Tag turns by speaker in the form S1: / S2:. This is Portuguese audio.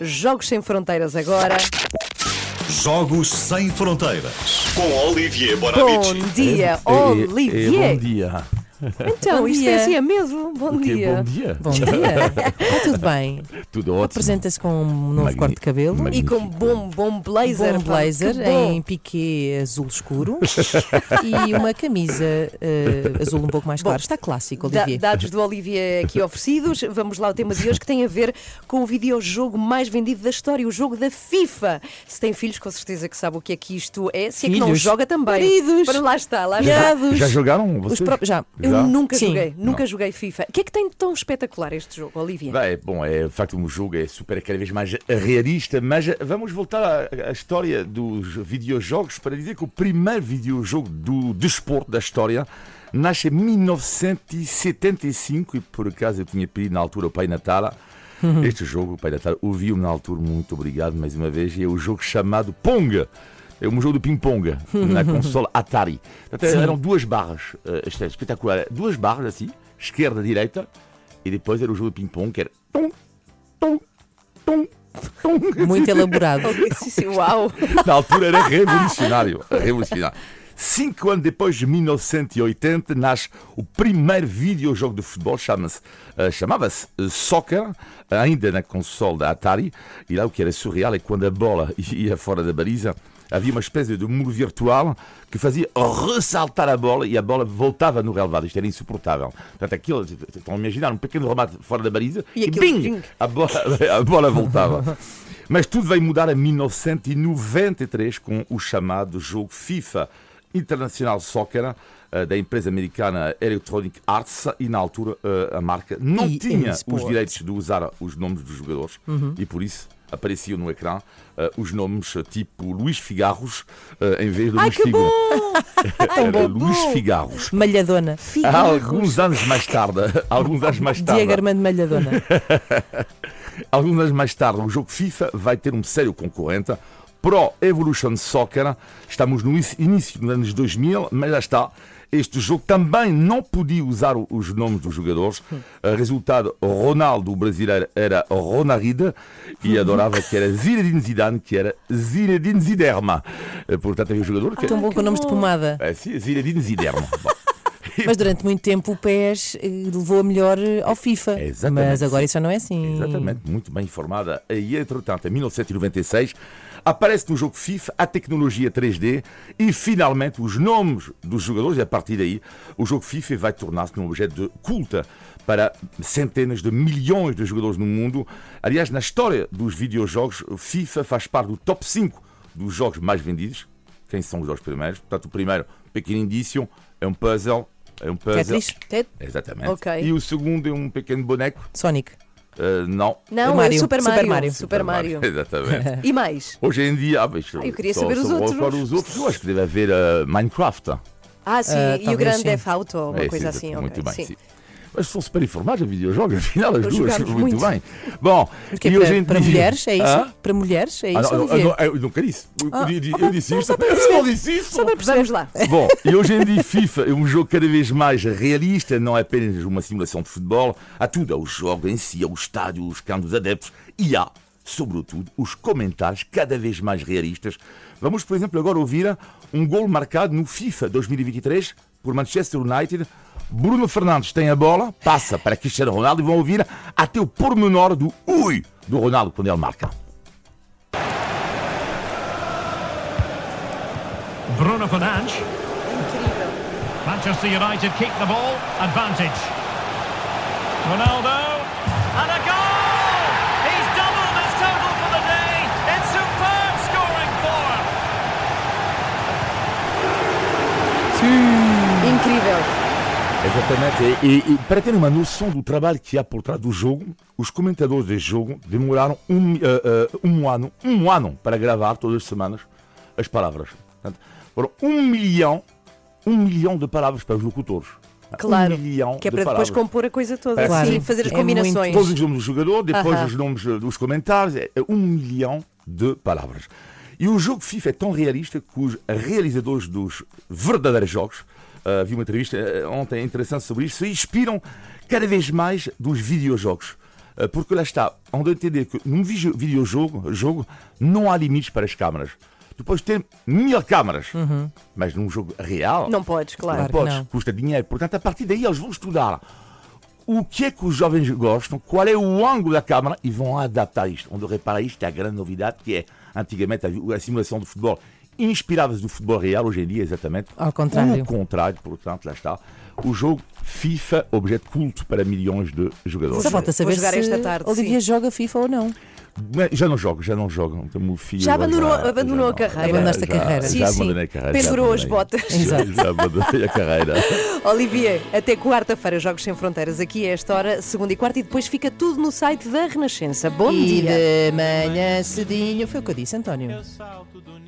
S1: Jogos Sem Fronteiras agora.
S2: Jogos Sem Fronteiras. Com Olivier
S1: Bom
S2: Bonamici.
S1: dia,
S3: É, é, é,
S1: Olivier.
S3: bom dia.
S1: Então,
S4: Bom
S1: isto é
S4: dia.
S1: assim, é mesmo? Bom
S3: Que
S1: dia.
S3: bom dia.
S4: Bom dia. Está Tá tudo bem.
S3: Tudo ótimo.
S4: Apresenta-se com um novo
S3: Magnífico.
S4: corte de cabelo.
S1: E
S3: Magnífico.
S1: com bom, bom blazer.
S4: Um
S1: pá,
S4: blazer
S1: que bom.
S4: em piquê azul escuro e uma camisa eh, azul um pouco mais claro. Está clássico,
S1: Da-
S4: Olivier.
S1: dados do Olivier aqui oferecidos. Vamos lá ao tema de hoje que tem a ver com o videojogo mais vendido da história, o jogo da FIFA. Se tem filhos, com certeza que sabe o que é que isto é. Se é que não
S4: Filhos.
S1: joga também.
S4: Maridos.
S1: Para lá está, lá está.
S4: Dados.
S3: Já jogaram vocês?
S4: Os próprios- já. Um
S1: Eu
S3: Já?
S1: nunca
S4: Sim.
S1: joguei, nunca joguei FIFA. O que é que tem de tão espetacular este jogo, Olivia?
S3: Bem, bom, é de facto um jogo é super cada vez mais realista, mas eh, vamos voltar à, à história dos videojogos para dizer que o primeiro videojogo do desporto da história nasce em 1975 e por acaso eu tinha pedido na altura ao Pai Natal este jogo, o Pai Natal ouviu-me na altura, muito obrigado mais uma vez, e é o jogo chamado Pong. É um jogo de ping-pong na console Atari. Portanto, eram duas barras, eh, isto é espetacular, duas barras assim, esquerda, direita, e depois era o jogo de ping-pong que era. Tum, tum, tum, tum.
S4: Muito elaborado.
S1: Sim, sim, uau!
S3: Na altura era revolucionário. revolucionário. Cinco anos depois de 1980 nasce o primeiro videojogo de futebol, chama-se, eh, chamava-se eh, Soccer, ainda na console da Atari. E lá o que era surreal é quando a bola ia fora da baliza, havia uma espécie de muro virtual que fazia ressaltar a bola e a bola voltava no relevado. Isto era insuportável. Portanto, aquilo, estão a imaginar, um pequeno remate fora da baliza
S1: E
S3: e,
S1: aquilo,
S3: bing,
S1: bing.
S3: a bola, a bola voltava. Mas tudo vai mudar em 1993 com o chamado jogo FIFA International Soccer eh, da empresa americana Electronic Arts e na altura eh, a marca não
S4: E
S3: tinha os
S4: eSports.
S3: direitos de usar os nomes dos jogadores
S1: Uhum.
S3: e por isso apareciam no ecrã eh, os nomes eh, tipo Luís Figarros eh, em vez de
S1: Ai,
S3: Luís
S1: que bom!
S3: Figo.
S1: Ai,
S3: Era
S1: que
S3: Luís
S1: bom!
S3: Figarros.
S4: Malhadona.
S3: Alguns anos mais tarde, alguns anos mais
S4: Diego
S3: tarde,
S4: Armando Malhadona.
S3: Alguns anos mais tarde, o jogo FIFA vai ter um sério concorrente. Pro Evolution Soccer, estamos no is- início dos anos 2000, mas já está. Este jogo também não podia usar o- os nomes dos jogadores. Eh, Resultado, Ronaldo, o brasileiro, era Ronaride e adorava que era Zinedine Zidane, que era Zinedine Ziderma. Eh, Portanto, havia um jogador que
S4: Tão bom com nomes de pomada.
S3: é sim, Zinedine Ziderma. Bom.
S4: Mas durante muito tempo o PES eh, levou a melhor eh, ao FIFA.
S3: Exatamente.
S4: Mas agora isso já não é assim.
S3: Exatamente, muito bem informada. E entretanto, em 1996, aparece no jogo FIFA a tecnologia 3D e finalmente os nomes dos jogadores. E a partir daí, o jogo FIFA vai tornar-se um objeto de culta para centenas de milhões de jogadores no mundo. Aliás, na história dos videojogos, o FIFA faz parte do top 5 dos jogos mais vendidos. Quem são os dois primeiros? Portanto, o primeiro, pequeno indício, é um puzzle. É um puzzle.
S4: Tetris,
S1: Ted?
S3: Exatamente.
S1: Ok.
S3: E o segundo é um pequeno boneco.
S4: Sonic.
S3: Eh, não.
S1: Não, é
S4: Mario.
S1: Super Mario.
S4: Super Mario.
S1: Super Mario.
S3: Exatamente.
S1: E mais?
S3: Hoje em dia, ah, mas,
S1: eu queria
S3: só-
S1: saber
S3: só
S1: os
S3: vou
S1: outros.
S3: falar os outros. Eu acho que deve haver eh, Minecraft.
S1: Ah, sim,
S4: Ah,
S1: e o
S4: talvez
S1: Grande
S4: sim.
S1: Theft Auto, uma
S3: É,
S1: coisa
S3: sim,
S1: assim,
S3: Muito
S1: ok.
S3: bem,
S1: sim.
S3: sim. Mas são super informados a videojogo, afinal, as duas.
S1: Jogámos
S3: Muito,
S1: muito.
S3: bem. Bom,
S4: Porque
S3: e
S4: para,
S3: hoje em
S4: para
S3: dia-
S4: mulheres é isso?
S3: Hã?
S4: Para mulheres é isso,
S3: Ah, não, não,
S4: Olivier?
S3: não, eu nunca disse. Eu,
S4: Ah,
S3: eu, eu disse isto. Eu não disse isso.
S1: Vamos lá.
S3: Bom, e hoje em dia FIFA é um jogo cada vez mais realista, não é apenas uma simulação de futebol, há tudo, há o jogo em si, há o estádio, os campos dos adeptos e há, sobretudo, os comentários cada vez mais realistas. Vamos, por exemplo, agora ouvir um gol marcado no FIFA 2023 por Manchester United. Bruno Fernandes tem a bola, passa para Cristiano Ronaldo e vão ouvir até o pormenor do ui do Ronaldo quando ele marca.
S5: Bruno Fernandes. Manchester United keep the ball. Advantage. Ronaldo. And a goal! He's doubled his total for the day. It's superb scoring for him.
S1: Incrível.
S3: Exatamente. E, e para ter uma noção do trabalho que há por trás do jogo, os comentadores deste jogo demoraram um, eh, eh, um ano, um ano para gravar todas as semanas as palavras. Portanto, foram um milhão, um milhão de palavras para os locutores.
S1: Claro.
S3: Um milhão
S1: que é
S3: de
S1: para depois
S3: palavras.
S1: compor a coisa toda,
S4: Claro.
S1: sim, fazer as
S4: É
S1: combinações.
S3: Todos os nomes do jogador, depois
S1: Aham.
S3: os nomes eh, dos comentários, é é um milhão de palavras. E o jogo FIFA é tão realista que os realizadores dos verdadeiros jogos, eh, vi uma entrevista eh, ontem interessante sobre isto, se inspiram cada vez mais dos videojogos. eh, porque lá está, há de entender que num vige- videojogo jogo, não há limites para as câmaras. Tu podes ter mil câmaras, mas num jogo real
S1: Uhum. Não podes, claro.
S3: não
S4: que
S3: podes,
S4: não.
S3: custa dinheiro. Portanto, a partir daí eles vão estudar o que é que os jovens gostam, qual é o ângulo da câmara e vão adaptar isto. Onde repara isto é a grande novidade que é, antigamente, a a simulação do futebol inspirava-se do futebol real, hoje em dia, exatamente.
S4: Ao contrário.
S3: O contrário, portanto, lá está. O jogo FIFA, objeto de culto para milhões de jogadores.
S4: Só falta saber
S1: jogar
S4: se
S1: esta tarde,
S4: Olivia joga FIFA ou não.
S3: Mas Já não jogo, já não jogo. Então, o meu filho
S1: Já abandonou-
S3: agora
S1: abandonou
S3: não.
S1: a carreira.
S4: Abandonaste a carreira.
S1: Sim,
S3: já
S1: sim.
S3: abandonei a carreira. já
S1: Pendurou as
S3: abandonei.
S1: botas.
S4: Exato.
S3: Já abandonei a carreira.
S1: Olivier, até quarta-feira, Jogos Sem Fronteiras. Aqui é esta hora, segunda e quarta, e depois fica tudo no site da Renascença. Bom
S4: E
S1: dia.
S4: de manhã cedinho. Foi o que eu disse, António.
S6: salto do